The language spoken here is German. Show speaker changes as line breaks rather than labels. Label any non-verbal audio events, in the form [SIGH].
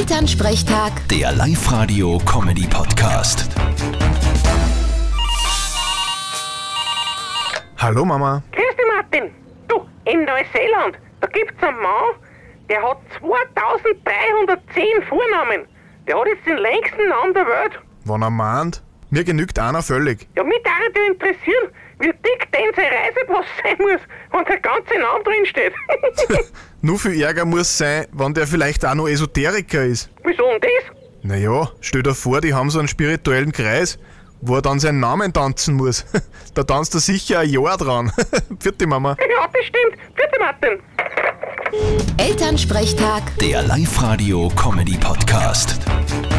Elternsprechtag,
Der Live-Radio-Comedy-Podcast.
Hallo Mama.
Grüß dich, Martin. Du, in Neuseeland, da gibt's einen Mann, der hat 2310 Vornamen. Der hat jetzt den längsten Namen der Welt.
Wann er meint, mir genügt einer völlig.
Ja, mich würde dich interessieren, wie dick denn sein Reisepass sein muss, wenn der ganze Name drinsteht. [LAUGHS]
Nur viel Ärger muss sein, wenn der vielleicht auch noch Esoteriker ist.
Wieso denn das?
Naja, stell dir vor, die haben so einen spirituellen Kreis, wo er dann seinen Namen tanzen muss. [LAUGHS] Da tanzt er sicher ein Jahr dran. [LAUGHS] Vierte Mama.
Ja, das stimmt. Bitte, Martin.
Elternsprechtag.
Der Live-Radio-Comedy-Podcast.